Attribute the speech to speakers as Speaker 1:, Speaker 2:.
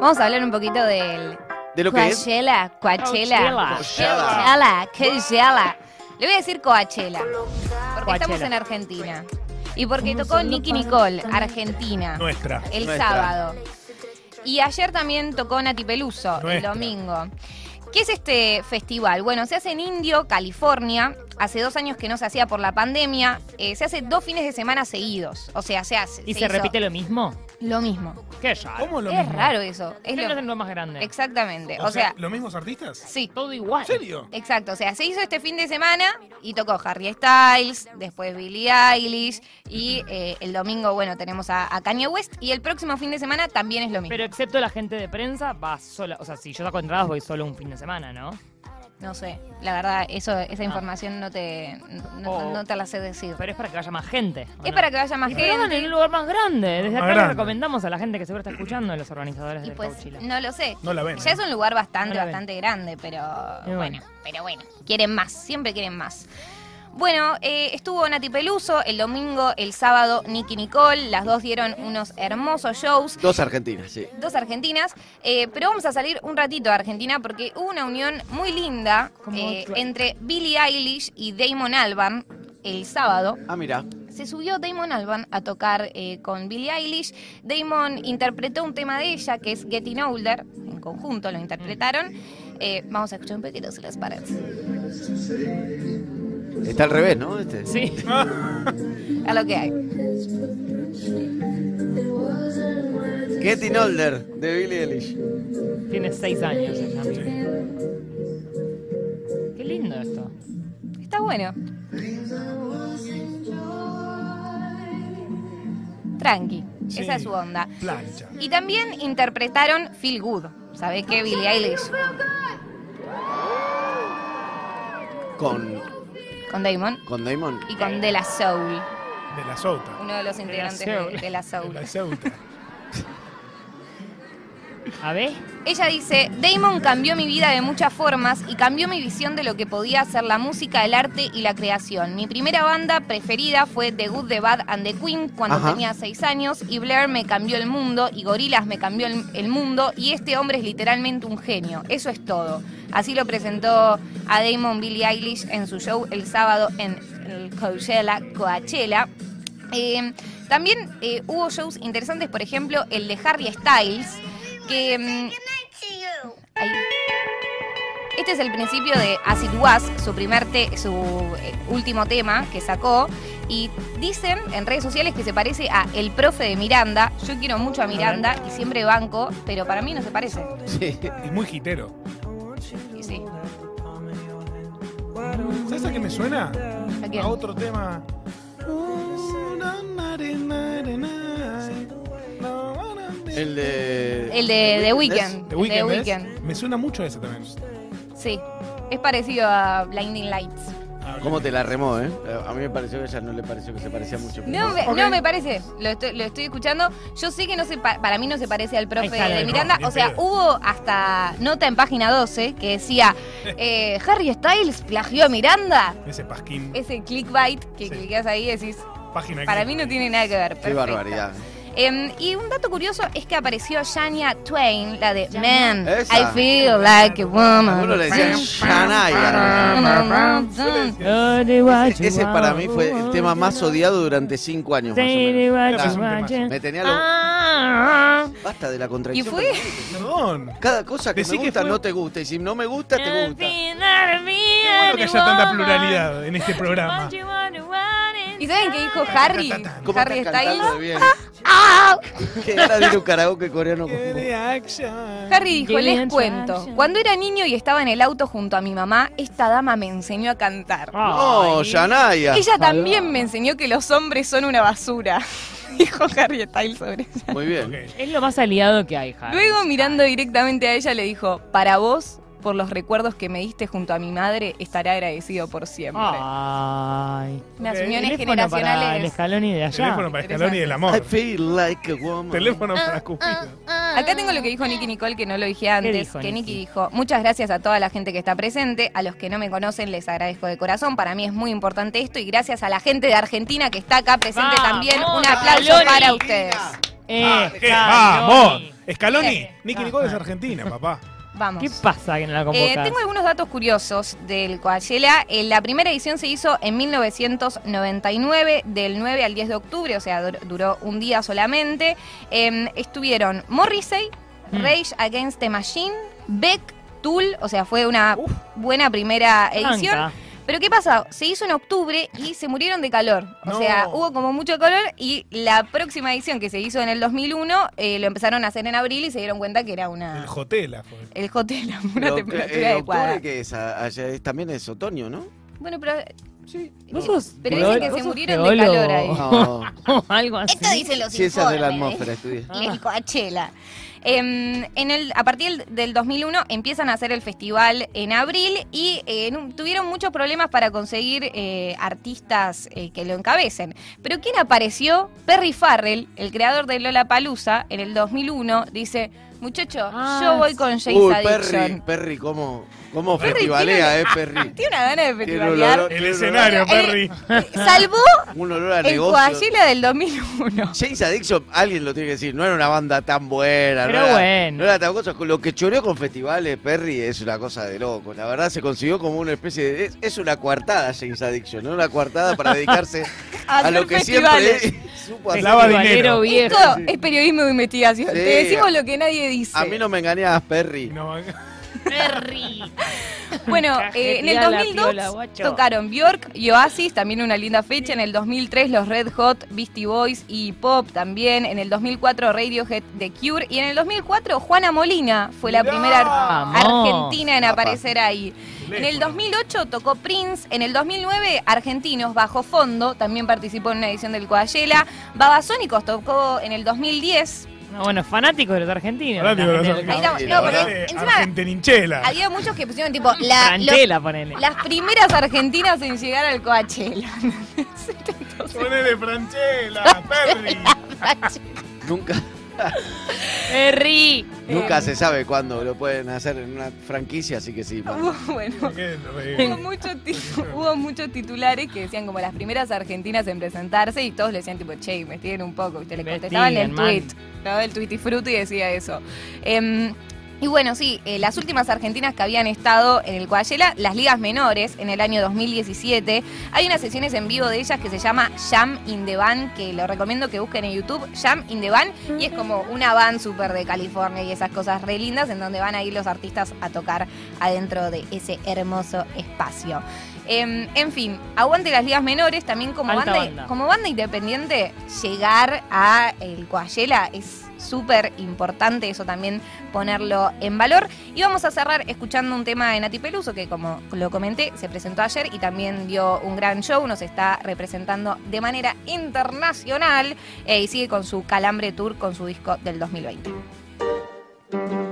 Speaker 1: Vamos a hablar un poquito del
Speaker 2: De lo que es.
Speaker 1: Coachella, Coachella,
Speaker 3: Coachella.
Speaker 1: Coachella, Coachella. Le voy a decir Coachella, porque estamos
Speaker 3: Coachella.
Speaker 1: en Argentina. Y porque tocó Nicky Nicole, Argentina,
Speaker 4: Nuestra.
Speaker 1: el
Speaker 2: Nuestra.
Speaker 1: sábado. Y ayer también tocó Nati Peluso, el
Speaker 4: Nuestra.
Speaker 1: domingo. ¿Qué es este festival? Bueno, se hace en Indio, California. Hace dos años que no se hacía por la pandemia. Eh, se hace dos fines de semana seguidos. O sea, se hace.
Speaker 3: ¿Y se,
Speaker 1: hizo
Speaker 3: repite lo mismo?
Speaker 1: lo mismo.
Speaker 3: Qué raro.
Speaker 4: ¿Cómo lo
Speaker 1: es
Speaker 4: mismo?
Speaker 1: raro eso. Es
Speaker 3: ¿Qué
Speaker 1: lo-
Speaker 3: no hacen lo más grande?
Speaker 1: Exactamente.
Speaker 4: O, sea, ¿los mismos artistas?
Speaker 1: sí.
Speaker 3: Todo igual.
Speaker 4: ¿En serio?
Speaker 1: Exacto, o sea, se hizo este fin de semana y tocó Harry Styles, después Billie Eilish y eh, el domingo, bueno, tenemos a, a Kanye West y el próximo fin de semana también es lo mismo.
Speaker 3: Pero excepto la gente de prensa, va sola. O sea, si yo saco entradas, voy solo un fin de semana, ¿no?
Speaker 1: No sé, la verdad, eso, esa información no te, no,
Speaker 3: Ah. Oh.
Speaker 1: no te la sé decir.
Speaker 3: Pero es para que vaya más gente. ¿o
Speaker 1: es
Speaker 3: no?
Speaker 1: para que vaya más
Speaker 3: Y que lo hagan en
Speaker 1: gente
Speaker 3: un lugar más grande. Desde
Speaker 4: Más
Speaker 3: acá le
Speaker 4: grande.
Speaker 3: recomendamos a la gente que seguro está escuchando a los organizadores
Speaker 1: y
Speaker 3: del
Speaker 1: pues
Speaker 3: Coachella.
Speaker 1: no lo sé.
Speaker 4: No la ven.
Speaker 1: Ya es un lugar bastante,
Speaker 3: No la ven.
Speaker 1: bastante grande, pero
Speaker 3: Y
Speaker 1: bueno.
Speaker 3: bueno.
Speaker 1: pero bueno, quieren más, siempre quieren más. Bueno, eh, estuvo Nati Peluso el domingo, el sábado Nicky Nicole, las dos dieron unos hermosos shows.
Speaker 2: Dos argentinas, sí.
Speaker 1: Dos argentinas, eh, pero vamos a salir un ratito de Argentina porque hubo una unión muy linda
Speaker 3: Como
Speaker 1: eh,
Speaker 3: otra.
Speaker 1: entre Billie Eilish y Damon Alban el sábado.
Speaker 2: Ah, mira.
Speaker 1: Se subió Damon Alban a tocar eh, con Billie Eilish. Damon interpretó un tema de ella que es Getting Older. En conjunto lo interpretaron. Eh, vamos a escuchar un poquito si les parece.
Speaker 2: Está al revés, ¿no? Este.
Speaker 3: Sí.
Speaker 1: A lo que hay.
Speaker 2: Getting Older, de Billie Eilish.
Speaker 3: Tiene seis años ella. Qué lindo esto.
Speaker 1: Está bueno. Tranqui. Esa es su onda.
Speaker 4: Plancha.
Speaker 1: Y también interpretaron Feel Good. ¿Sabe qué, Billie Eilish?
Speaker 2: Con,
Speaker 1: Con Damon
Speaker 2: con Damon.
Speaker 1: y con De La Soul,
Speaker 4: De la sota.
Speaker 1: uno de los integrantes de,
Speaker 3: Soul.
Speaker 1: de La
Speaker 4: De
Speaker 1: Soul.
Speaker 4: la ceuta.
Speaker 3: A ver.
Speaker 1: Ella dice, Damon cambió mi vida de muchas formas y cambió mi visión de lo que podía hacer la música, el arte y la creación. Mi primera banda preferida fue The Good, The Bad and The Queen cuando
Speaker 2: Ajá.
Speaker 1: tenía seis años y Blair me cambió el mundo y Gorilas me cambió el, el mundo y este hombre es literalmente un genio. Eso es todo. Así lo presentó a Damon Billie Eilish en su show el sábado en el Coachella, Coachella. Eh, también eh, hubo shows interesantes, por ejemplo, el de Harry Styles, que... mm, Ahí. Este es el principio de As It Was, su primer te- su eh, último tema que sacó. Y dicen en redes sociales que se parece a El Profe de Miranda. Yo quiero mucho a Miranda y siempre banco, pero para mí no se parece.
Speaker 2: Sí.
Speaker 4: Es muy gitero.
Speaker 1: Y sí,
Speaker 4: ¿Sabes a qué me suena?
Speaker 1: ¿a quién?
Speaker 4: A otro tema. Una nare, nare, nare. No, ahora me-
Speaker 2: El de.
Speaker 1: El de The Weeknd.
Speaker 2: Weeknd,
Speaker 4: The
Speaker 1: el de
Speaker 4: Weeknd, ¿ves?
Speaker 1: Weeknd.
Speaker 4: Me suena mucho a ese también.
Speaker 1: Sí, es parecido a Blinding Lights.
Speaker 4: Ah,
Speaker 2: ¿Cómo te la remó, eh? A mí me pareció que ella no le pareció que se parecía mucho.
Speaker 1: No me,
Speaker 4: Ok.
Speaker 1: no me parece, lo estoy, lo estoy escuchando. Yo sé que no se pa- para mí no se parece al profe
Speaker 3: Ahí está,
Speaker 1: de
Speaker 3: no,
Speaker 1: Miranda.
Speaker 4: ni
Speaker 1: o sea,
Speaker 4: en pedo.
Speaker 1: hubo hasta nota en página 12 que decía, eh, Harry Styles plagió a Miranda.
Speaker 4: Ese pasquín.
Speaker 1: Ese clickbait que
Speaker 4: Sí.
Speaker 1: cliqueas ahí y decís,
Speaker 4: Página que-
Speaker 1: para mí no tiene nada que ver.
Speaker 2: Qué
Speaker 1: perfecto.
Speaker 2: barbaridad.
Speaker 1: Em, y un dato curioso es que apareció Shania Twain, la de Man,
Speaker 2: Esa.
Speaker 1: I feel like a
Speaker 2: Algunos le
Speaker 1: woman.
Speaker 2: decían Shania. Ese, eh. ese para mí fue el tema más odiado durante cinco años, más o menos. Me tenía lo...
Speaker 3: Ah,
Speaker 2: Basta de la
Speaker 1: Y
Speaker 2: contradicción.
Speaker 1: fue,
Speaker 4: Perdón.
Speaker 2: Cada cosa que
Speaker 4: Decí
Speaker 2: me
Speaker 4: que
Speaker 2: gusta
Speaker 4: fue-
Speaker 2: no te gusta. Y si no me gusta,
Speaker 1: Ah,
Speaker 2: te gusta.
Speaker 4: Qué bueno que haya tanta pluralidad en este programa.
Speaker 1: ¿y saben qué dijo Harry?
Speaker 2: ¿Cómo
Speaker 1: Harry
Speaker 2: estás cantando de
Speaker 1: Styles.
Speaker 2: bien?
Speaker 1: ¡Ah!
Speaker 2: Que ahora viene un karaoke coreano. con-
Speaker 1: Harry dijo,
Speaker 3: Give me
Speaker 1: les cuento,
Speaker 3: attraction.
Speaker 1: cuando era niño y estaba en el auto junto a mi mamá, esta dama me enseñó a cantar.
Speaker 2: Ah. No, Oh, Shania.
Speaker 1: Ella también me enseñó que los hombres son una basura, dijo Harry Styles sobre ella.
Speaker 2: Muy bien.
Speaker 4: Ok.
Speaker 3: Es lo más aliado que hay, Harry.
Speaker 1: Ah, Luego, mirando directamente a ella, le dijo, para vos, por los recuerdos que me diste junto a mi madre, estaré agradecido por siempre.
Speaker 3: Ah, Ay.
Speaker 1: Las
Speaker 4: Ok,
Speaker 1: uniones
Speaker 3: Teléfono para el
Speaker 1: generaciones.
Speaker 3: escalón y de allá.
Speaker 4: Teléfono para Escalón y el amor.
Speaker 2: I feel like a woman.
Speaker 4: Teléfono
Speaker 1: Ah,
Speaker 4: para Cupido. Ah,
Speaker 1: Acá tengo lo que dijo Nicky Nicole, que no lo dije antes,
Speaker 3: dijo
Speaker 1: que Nicky
Speaker 3: Nicky?
Speaker 1: dijo, muchas gracias a toda la gente que está presente, a los que no me conocen les agradezco de corazón, para mí es muy importante esto y gracias a la gente de Argentina que está acá presente
Speaker 3: Vamos,
Speaker 1: también, un aplauso
Speaker 3: Loli.
Speaker 1: para ustedes.
Speaker 3: Eh,
Speaker 4: Ah, qué
Speaker 3: Escaloni.
Speaker 4: vamos. Scaloni,
Speaker 1: ah, Sí.
Speaker 4: Nicky
Speaker 3: Ah,
Speaker 4: Nicole es
Speaker 3: ah.
Speaker 4: argentina, papá.
Speaker 1: Vamos.
Speaker 3: ¿Qué pasa que no la
Speaker 1: Eh,
Speaker 3: convocas?
Speaker 1: tengo algunos datos curiosos del Coachella. Eh, la primera edición se hizo en 1999, del 9 al 10 de octubre, o sea, dur- duró un día solamente. Eh, estuvieron Morrissey,
Speaker 3: Mm.
Speaker 1: Rage Against the Machine, Beck, Tool, o sea, fue una
Speaker 4: Uf.
Speaker 1: buena primera edición.
Speaker 3: Banca.
Speaker 1: Pero ¿qué pasa? Se hizo en octubre y se murieron de calor. O
Speaker 4: No.
Speaker 1: sea, hubo como mucho calor y la próxima edición que se hizo en el 2001 eh, lo empezaron a hacer en abril y se dieron cuenta que era
Speaker 3: Ah.
Speaker 1: una...
Speaker 4: El Jotela fue.
Speaker 1: El hotel a una
Speaker 2: Pero,
Speaker 1: temperatura
Speaker 2: eh,
Speaker 1: adecuada.
Speaker 2: octubre que es, a- allá es- también es otoño, ¿no?
Speaker 1: Bueno, pero...
Speaker 2: Sí.
Speaker 3: ¿Vos sos
Speaker 1: Pero dicen
Speaker 3: geólogo?
Speaker 1: que
Speaker 3: ¿Vos
Speaker 1: se
Speaker 3: sos Ah,
Speaker 1: murieron de calor ahí.
Speaker 3: geólogo?
Speaker 2: No,
Speaker 3: O algo
Speaker 2: Ah,
Speaker 3: así.
Speaker 1: Esto dicen los
Speaker 2: ciencias de la
Speaker 1: informes.
Speaker 2: atmósfera, estudié.
Speaker 1: Y el Coachella. Em, en el, a partir del- del 2001 empiezan a hacer el festival en abril y eh, en un- tuvieron muchos problemas para conseguir eh, artistas eh, que lo encabecen. Pero ¿quién apareció? Perry Farrell, el creador de Lola Palusa, en el 2001, dice, muchacho,
Speaker 3: Ah,
Speaker 1: yo voy con James
Speaker 2: Uy, Perry,
Speaker 1: Addiction.
Speaker 2: Perry, cómo, cómo
Speaker 1: Perry
Speaker 2: festivalea,
Speaker 1: tiene-
Speaker 2: ¿eh, Perry?
Speaker 1: Tiene una gana de
Speaker 2: Tiene un
Speaker 1: festivalear.
Speaker 2: olor-
Speaker 4: El
Speaker 2: tiene un olor-
Speaker 4: escenario, Perry.
Speaker 1: Salvó
Speaker 2: Un olor a
Speaker 1: el
Speaker 2: negocio.
Speaker 1: Coachella del 2001.
Speaker 2: James Addiction, alguien lo tiene que decir, no era una banda tan buena.
Speaker 3: Pero
Speaker 2: no era,
Speaker 3: bueno.
Speaker 2: No era tan cosa. Lo que choreó con festivales, Perry, es una cosa de loco. La verdad, se consiguió como una especie de. Es, es una coartada, James Addiction, ¿no? Una coartada para dedicarse a,
Speaker 1: hacer
Speaker 2: lo que
Speaker 1: festivales.
Speaker 2: siempre supo hacer.
Speaker 4: Lava
Speaker 3: Festivalero
Speaker 4: dinero.
Speaker 3: Este viejo.
Speaker 1: Esto es periodismo de investigación.
Speaker 2: Sí.
Speaker 1: Te decimos lo que nadie dice.
Speaker 2: A mí no me engañabas, Perry.
Speaker 4: No,
Speaker 1: Bueno, eh, en el
Speaker 3: Cajetea la piola,
Speaker 1: 2002
Speaker 3: guacho.
Speaker 1: tocaron Bjork y Oasis, también una linda fecha. En el 2003 los Red Hot, Beastie Boys y Pop también. En el 2004 Radiohead, The Cure. Y en el 2004 Juana Molina fue la
Speaker 4: Mirá.
Speaker 1: primera ar-
Speaker 3: Vamos.
Speaker 1: argentina en
Speaker 2: Guapa.
Speaker 1: aparecer ahí. En el 2008 tocó Prince, en el 2009 Argentinos Bajo Fondo, también participó en una edición del Coachella. Babasónicos tocó en el 2010,
Speaker 3: No, bueno, fanáticos de los argentinos.
Speaker 4: Fanáticos de los
Speaker 3: Gente del
Speaker 1: Ahí
Speaker 2: Ahí
Speaker 3: campo.
Speaker 1: estamos.
Speaker 2: estamos.
Speaker 1: No, porque
Speaker 2: Ahora,
Speaker 1: encima
Speaker 4: Argentininchela.
Speaker 1: había muchos que pusieron tipo la, los-
Speaker 3: Franchella, ponele.
Speaker 1: las primeras argentinas en llegar al Coachella.
Speaker 4: Ponele Franchella, Perry.
Speaker 2: Nunca,
Speaker 3: Perry.
Speaker 2: nunca se sabe cuándo lo pueden hacer en una franquicia, así que sí. bueno.
Speaker 1: Hubo, bueno,
Speaker 4: Qué
Speaker 1: hubo
Speaker 4: re-
Speaker 1: muchos, ti- hubo muchos titulares que decían como las primeras argentinas en presentarse y todos le decían tipo, che, investiguen un poco, ¿viste? Le contestaban el
Speaker 3: Investiguen,
Speaker 1: tweet, ¿no? El tweet y fruto y decía eso. Em, y bueno, sí, eh, las últimas argentinas que habían estado en el Coachella, las ligas menores, en el año 2017, hay unas sesiones en vivo de ellas que se llama Jam in the Van, que lo recomiendo que busquen en YouTube, Jam in the Van, y es como una van súper de California y esas cosas re lindas en donde van a ir los artistas a tocar adentro de ese hermoso espacio. Em, en fin, aguante las ligas menores, también como
Speaker 3: Alta
Speaker 1: banda,
Speaker 3: banda.
Speaker 1: como banda independiente, llegar a el Coachella es súper importante, eso también ponerlo en valor. Y vamos a cerrar escuchando un tema de Nati Peluso, que como lo comenté, se presentó ayer y también dio un gran show, nos está representando de manera internacional eh, y sigue con su Calambre Tour con su disco del 2020.